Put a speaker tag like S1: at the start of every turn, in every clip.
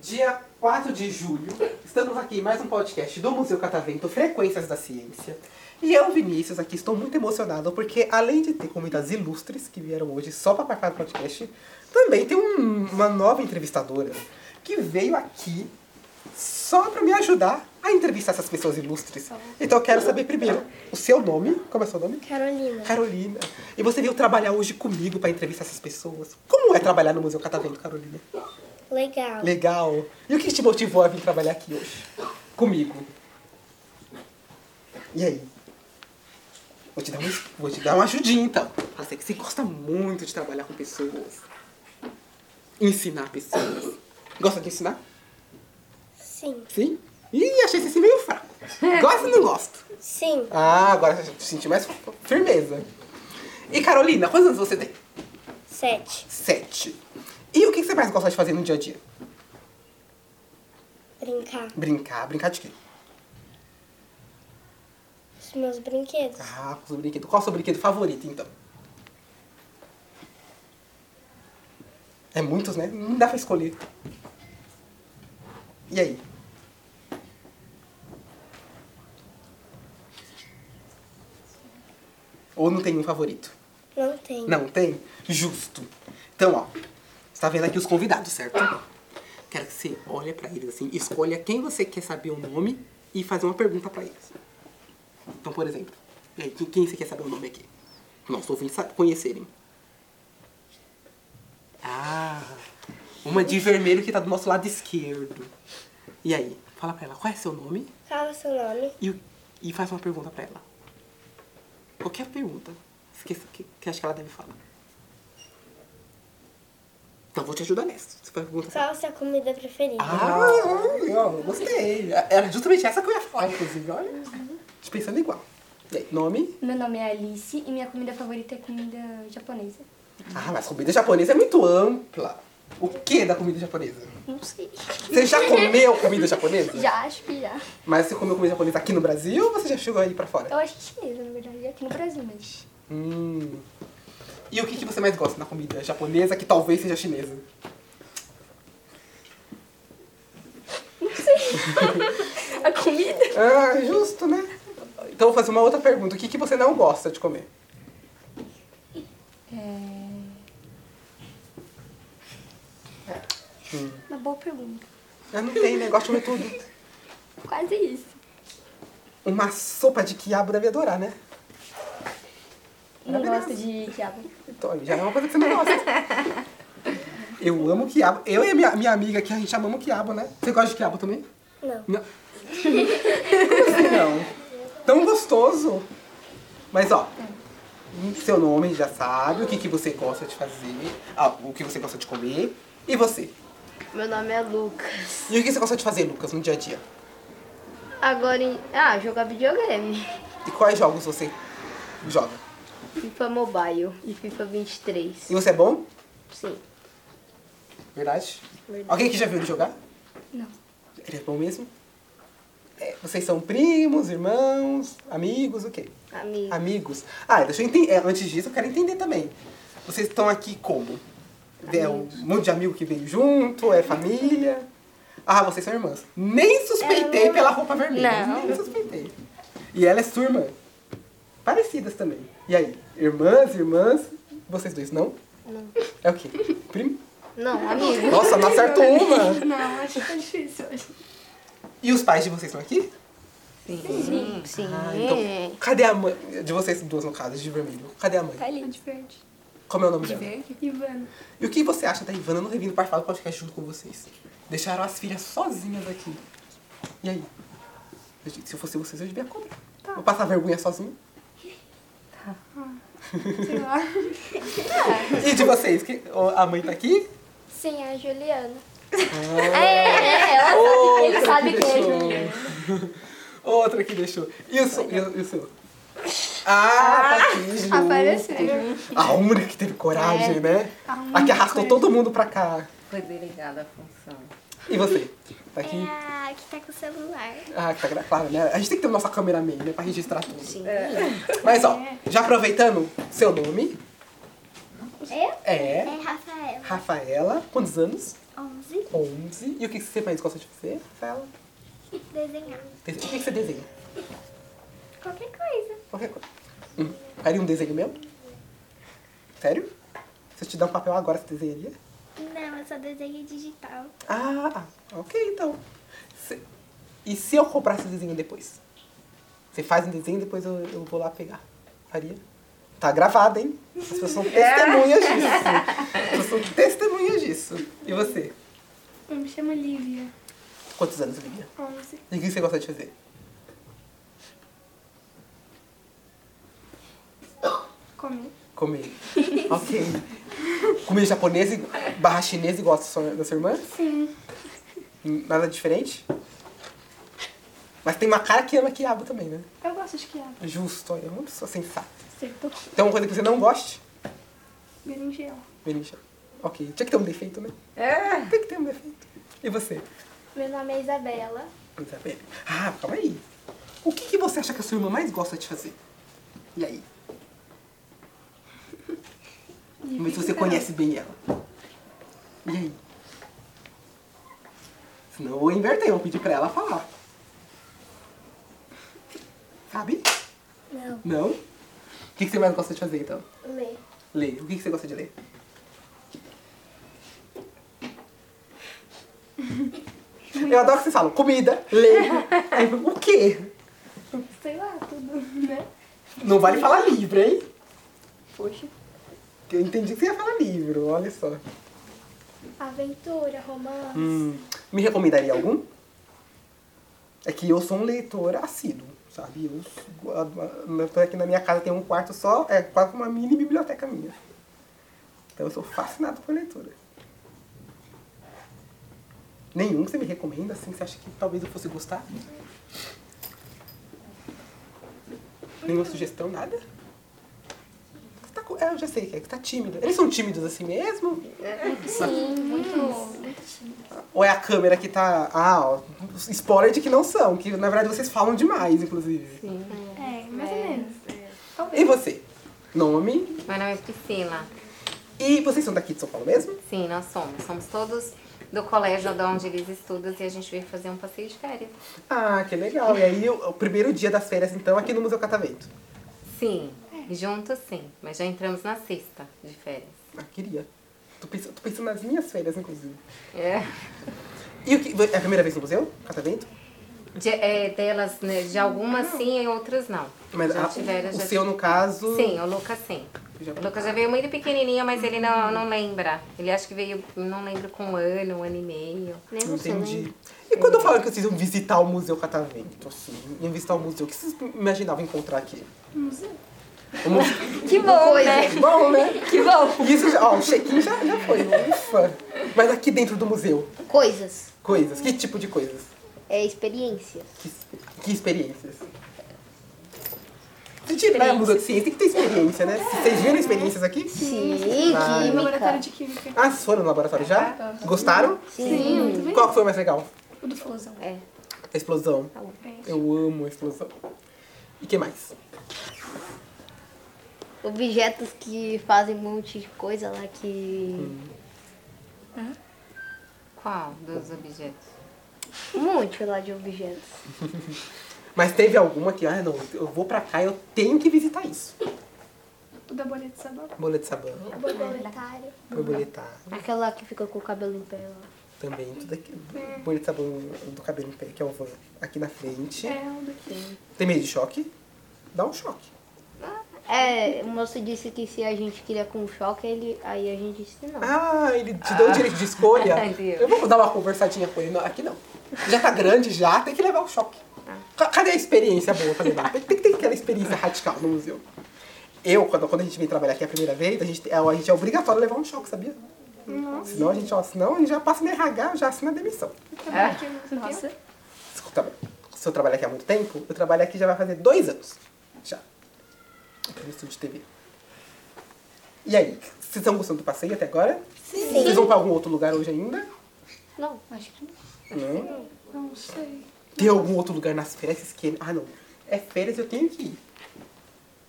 S1: Dia 4 de julho, estamos aqui em mais um podcast do Museu Catavento Frequências da Ciência. E eu, Vinícius, aqui estou muito emocionado porque, além de ter convidados ilustres que vieram hoje só para participar do podcast, também tem um- uma nova entrevistadora que veio aqui só para me ajudar a entrevistar essas pessoas ilustres. Então eu quero saber primeiro o seu nome, como é seu nome?
S2: Carolina.
S1: Carolina. E você veio trabalhar hoje comigo para entrevistar essas pessoas. Como é trabalhar no Museu Catavento, Carolina?
S2: Legal.
S1: Legal. E o que te motivou a vir trabalhar aqui hoje? Comigo. E aí? Vou te dar, um, vou te dar uma ajudinha, então. Eu sei que você gosta muito de trabalhar com pessoas. Ensinar pessoas. Gosta de ensinar?
S2: Sim.
S1: Sim? Ih, achei esse meio fraco. Gosta ou não gosta?
S2: Sim.
S1: Ah, agora eu senti mais firmeza. E Carolina, quantos anos você tem?
S2: Sete.
S1: Sete. E o que você mais gosta de fazer no dia a dia?
S2: Brincar.
S1: Brincar. Brincar de quê?
S2: Os meus brinquedos.
S1: Ah, com os brinquedos. Qual o seu brinquedo favorito, então? É muitos, né? Não dá pra escolher. E aí? Ou não tem um favorito?
S2: Não tem.
S1: Não tem? Justo. Então, ó. Você tá vendo aqui os convidados, certo? Quero que você olhe pra eles assim, escolha quem você quer saber o nome e fazer uma pergunta pra eles. Então, por exemplo, e aí, quem, quem você quer saber o nome aqui? Nossa, ouvintes sa- conhecerem. Ah, uma de vermelho que tá do nosso lado esquerdo. E aí, fala pra ela, qual é seu nome?
S2: Fala seu nome.
S1: E, o- e faz uma pergunta pra ela. Qualquer pergunta. Esqueça que, que acho que ela deve falar. Então vou te ajudar nessa. Você vai perguntar.
S2: Qual a sua comida preferida?
S1: Ah, eu gostei. Ah, Uhum. Era justamente essa que eu ia falar, inclusive. Olha. Te pensando igual. E aí, nome?
S3: Meu nome é Alice e minha comida favorita é comida japonesa.
S1: Ah, mas comida japonesa é muito ampla. O que da comida japonesa?
S3: Não sei.
S1: Você já comeu comida japonesa?
S3: Já, acho que já.
S1: Mas você comeu comida japonesa aqui no Brasil ou você já chegou aí pra fora?
S3: Eu acho que é chinesa, na verdade, aqui no Brasil, mas.
S1: Hum. E o que, que você mais gosta na comida japonesa que talvez seja chinesa?
S3: A comida?
S1: Ah, justo, né? Então vou fazer uma outra pergunta. O que, que você não gosta de comer?
S3: É. Uma boa pergunta.
S1: Eu não tenho, né? Gosto de comer tudo.
S3: Quase isso.
S1: Uma sopa de quiabo deve adorar, né?
S3: Não gosto de quiabo.
S1: Então, aí já é uma coisa que você não gosta. Eu amo quiabo. Eu e a minha, minha amiga aqui, a gente amamos quiabo, né? Você gosta de quiabo também?
S2: Não.
S1: Não. Como assim não? Tão gostoso. Mas, ó. hum, Seu nome já sabe, o que, que você gosta de fazer, ah, o que você gosta de comer. E você?
S4: Meu nome é Lucas.
S1: E o que você gosta de fazer, Lucas, no dia a dia?
S4: Agora em. Ah, jogar videogame.
S1: E quais jogos você joga?
S4: FIFA Mobile e FIFA 23.
S1: E você é bom?
S4: Sim.
S1: Verdade? Alguém que já viu ele jogar?
S3: Não.
S1: Ele é bom mesmo? É, vocês são primos, irmãos, amigos, o quê?
S4: Amigo.
S1: Amigos? Ah, deixa eu entender. antes disso, eu quero entender também. Vocês estão aqui como? É um monte de amigo que veio junto? É família? Ah, vocês são irmãs. Nem suspeitei pela roupa vermelha.
S3: Não.
S1: Nem suspeitei. E ela é sua irmã. Parecidas também. E aí? Irmãs, irmãs? Vocês dois não?
S4: Não.
S1: É o quê? Primo?
S4: Não, amigo.
S1: Nossa, não acerto uma!
S3: Não, acho que tá difícil hoje.
S1: E os pais de vocês estão aqui?
S4: Sim. Sim.
S1: Ah, então, cadê a mãe? De vocês duas, no caso, de vermelho. Cadê a mãe?
S3: Tá ali. De verde.
S1: Como é o nome dela?
S3: Ivana.
S1: E o que você acha da Ivana não ter vindo participar do podcast junto com vocês? Deixaram as filhas sozinhas aqui. E aí? Eu digo, Se eu fosse vocês, eu devia contar.
S3: Tá.
S1: Vou passar vergonha sozinho.
S3: Sei lá.
S1: E de vocês? Que, ó, a mãe tá aqui?
S2: Sim, é a Juliana.
S1: Ah.
S3: É,
S1: Outra
S3: sabe quem é
S1: deixou.
S3: Juliana.
S1: Outra que deixou. E o seu? E o- e o seu? Ah, tá aqui, junto.
S3: Apareceu.
S1: A única que teve coragem, né? A que arrastou todo mundo pra cá.
S5: Foi delegada a função.
S1: E você? Tá aqui?
S2: É a que tá com o celular.
S1: Ah, que tá gra- claro, né? A gente tem que ter nossa cameraman, né? Pra registrar tudo. Mas, ó, já aproveitando, seu nome
S2: Eu?
S1: é
S2: É Rafael.
S1: Rafaela. Quantos anos?
S2: 11.
S1: 11. E o que que você mais gosta de fazer, Rafaela?
S2: Desenhar.
S1: O que que você desenha?
S2: Qualquer coisa.
S1: Qualquer coisa. Hum, faria um desenho meu? Sério? Se eu te dar um papel agora, você desenharia?
S2: Não, eu só desenho digital.
S1: Ah, ok, então. Se- E se eu comprar esse desenho depois? Você faz um desenho e depois eu, eu vou lá pegar. Faria? Tá gravado, hein? As pessoas são testemunhas disso. As pessoas são testemunhas disso. E você?
S3: Eu me chamo Lívia.
S1: Quantos anos, Lívia?
S2: 11.
S1: E o que você gosta de fazer?
S3: Comi.
S1: Comer. Ok. Comer japonês e barra chinês igual a sua- da sua irmã?
S3: Sim.
S1: Nada diferente? Mas tem uma cara que ama quiabo também, né?
S3: Eu gosto de quiabo.
S1: Justo, olha, é uma pessoa sensata.
S3: Acertou.
S1: Tem uma coisa que você não goste?
S3: Berinjela.
S1: Berinjela. Ok, tinha que ter um defeito, né?
S4: É.
S1: Tem que ter um defeito. E você?
S2: Meu nome é Isabela.
S1: Isabelle? Ah, calma aí. O que, que você acha que a sua irmã mais gosta de fazer? E aí? Mas você conhece bem ela. E aí? Senão eu vou inverter, eu vou pedir pra ela falar. Sabe?
S2: Não.
S1: Não? O que, que você mais gosta de fazer então?
S2: Lê.
S1: Ler. O que, que você gosta de ler? Eu adoro que vocês falam comida, ler. Aí, o quê?
S3: Sei lá, tudo, né?
S1: Não vale falar livro, hein?
S3: Poxa.
S1: Que Eu entendi que você ia falar livro, olha só.
S2: Aventura, romance.
S1: Hum, me recomendaria algum? É que eu sou um leitor assíduo, sabe? Eu, sou- eu tô aqui na minha casa, tem um quarto só, é quase uma mini biblioteca minha. Então eu sou fascinado por leitura. Nenhum que você me recomenda, assim, que você acha que talvez eu fosse gostar? Nenhuma sugestão, nada? Você tá co- é, eu já sei que é, que tá tímido. Eles são tímidos assim mesmo? Ou é a câmera que tá. Ah, ó. Spoiler de que não são, que na verdade vocês falam demais, inclusive.
S3: É, mais ou menos.
S1: E você? Nome.
S5: Meu nome é Priscila.
S1: E vocês são daqui de São Paulo mesmo?
S5: Sim, nós somos. Somos todos do colégio de onde eles estudam e a gente veio fazer um passeio de férias.
S1: Ah, que legal. E aí, o, o primeiro dia das férias, então, aqui no Museu Catavento.
S5: Sim, juntos sim, mas já entramos na sexta de férias.
S1: Ah, queria. Tô pensando, tô pensando nas minhas férias, inclusive.
S5: É.
S1: E o que. É a primeira vez no Museu Catavento?
S5: De, é, delas, né, de algumas sim e outras não.
S1: Mas
S5: já
S1: a-
S5: tiveram,
S1: o,
S5: já
S1: seu, no caso.
S5: Sim, o Lucas sim.
S1: Já-
S5: O Lucas já veio muito pequenininho, mas ele não, não lembra. Ele acha que veio, não lembro, com um ano, um ano e meio.
S4: Nem você
S1: Entendi. E quando eu falo que vocês iam visitar o Museu Catavento, assim, iam visitar o museu, o que vocês imaginavam encontrar aqui? Museu? museu.
S4: Que bom, né?
S1: Bom, né?
S4: Que bom.
S1: Isso já, ó, o check-in já, já foi, ufa. Mas aqui dentro do museu,
S4: Coisas.
S1: coisas, que tipo de coisas?
S4: É experiências.
S1: Que, expe- que experiências? Se tiver museu de ciência, tem que ter experiência, né? Vocês viram experiências aqui?
S4: Sim,
S1: Ah,
S3: E o laboratório
S4: química.
S3: de química.
S1: Ah, vocês foram no laboratório já? Gostaram?
S3: Sim, muito bem.
S1: Qual que foi o mais legal?
S3: O do Flusão. É.
S1: A explosão. Eu amo a explosão. E que mais?
S4: Objetos que fazem um monte de coisa lá que.
S5: Qual dos objetos?
S4: Um monte lá de objetos.
S1: Mas teve alguma que, ah, não, eu vou pra cá, eu tenho que visitar isso.
S3: O da bolha de sabão.
S1: Bolha de sabão,
S3: É, né?
S2: Borboletário.
S1: borboletar,
S4: Aquela que fica com o cabelo em pé lá.
S1: também, tudo aqui. Bolha de sabão do cabelo em pé, que é o van, aqui na frente.
S3: É, o daqui.
S1: Tem medo de choque? Dá um choque.
S4: É, o moço disse que se a gente queria com choque, ele, aí a gente disse não.
S1: Ah, ele te deu o direito de escolha?
S5: Entendeu.
S1: Eu vou dar uma conversadinha com ele. Não, aqui não. Já tá grande, já, tem que levar o choque. Ca- Cadê a experiência boa pra levar? Tem tem que ter aquela experiência radical no museu. Eu, quando, quando a gente vem trabalhar aqui a primeira vez, a gente, é, a gente é obrigatório levar um choque, sabia? Nossa. Senão a gente, ó, senão a gente já passa no RH, já assina a demissão.
S3: Trabalho aqui há muito Nossa. tempo.
S1: Escuta, se eu trabalho aqui há muito tempo, eu trabalho aqui já vai fazer dois anos. Já. No estúdio de TV. E aí, vocês estão gostando do passeio até agora? Sim. Vocês vão pra algum outro lugar hoje ainda?
S4: Não.
S3: Acho que não.
S1: Não?
S3: Não sei.
S1: Tem algum outro lugar nas férias que... Ah, não. É férias, eu tenho que ir.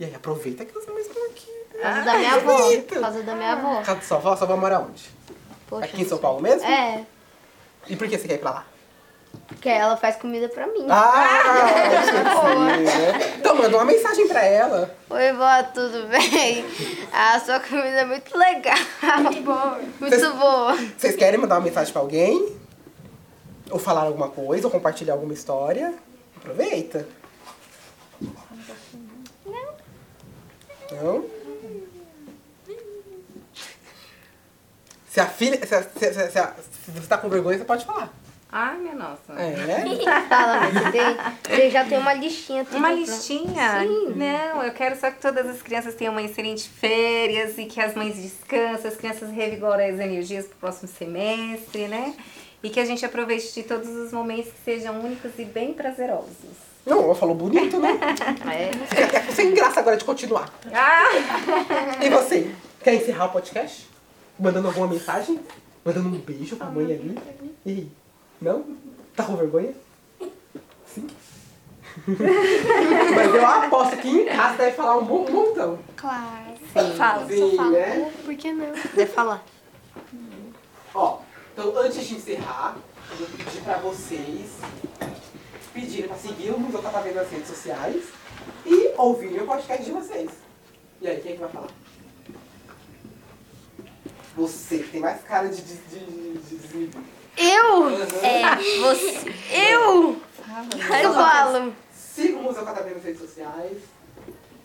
S1: E aí, aproveita que as mães estão aqui.
S4: Por causa da minha avó.
S1: bonito.
S4: Por causa da minha avó.
S1: Casa de sua avó, sua avó mora onde?
S4: Poxa.
S1: Aqui em São Paulo mesmo?
S4: É,
S1: E por que você quer ir pra lá?
S4: porque ela faz comida pra mim. né?
S1: Ah! sim, né? Então manda uma mensagem pra ela.
S4: Oi, vó, tudo bem? A sua comida é muito legal.
S2: Que bom.
S4: Muito boa.
S1: Vocês querem mandar uma mensagem pra alguém? Ou falar alguma coisa, ou compartilhar alguma história? Aproveita. Não? Se a filha. Se, a- se, se- se a- se você tá com vergonha, você pode falar.
S5: Ai, Ah, minha nossa.
S1: É.
S4: Fala, mas você tem- você já tem uma listinha. tudo
S5: Uma
S4: pra-
S5: listinha? Não, eu quero só que todas as crianças tenham uma excelente férias e que as mães descansem, as crianças revigorem as energias pro próximo semestre, né? E que a gente aproveite de todos os momentos que sejam únicos e bem prazerosos.
S1: Não, ela falou bonito, né?
S5: É.
S1: É sem graça agora de continuar.
S5: Ah,
S1: E você? Quer encerrar o podcast? Mandando alguma mensagem? Mandando um beijo pra mãe ali? E aí? Não? Tá com vergonha? Sim. Mas eu aposto que em casa deve falar um bom montão.
S2: Claro.
S5: fala.
S1: Sim, né?
S2: Por que não?
S4: Vai falar.
S1: Ó, então antes de encerrar, eu vou pedir pra vocês pedirem pra seguir o Museu Catavento nas redes sociais e ouvirem o podcast de vocês. E aí, quem é que vai falar? Você, que tem mais cara de, de, de, de desinibido.
S4: Eu?
S1: Uhum.
S4: É, você. Eu? Eu falo.
S1: Siga o Museu Catavento nas redes sociais.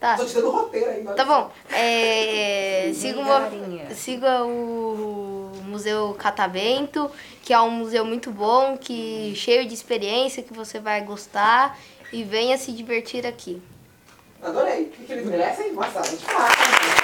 S4: Tá.
S1: Tô te dando roteiro ainda.
S4: Tá bom. É, siga, o-
S5: Galinha.
S4: siga o Museu Catavento, que é um museu muito bom, que cheio de experiência, que você vai gostar. E venha se divertir aqui.
S1: Adorei. O que que eles merecem? Uma salva de palmas.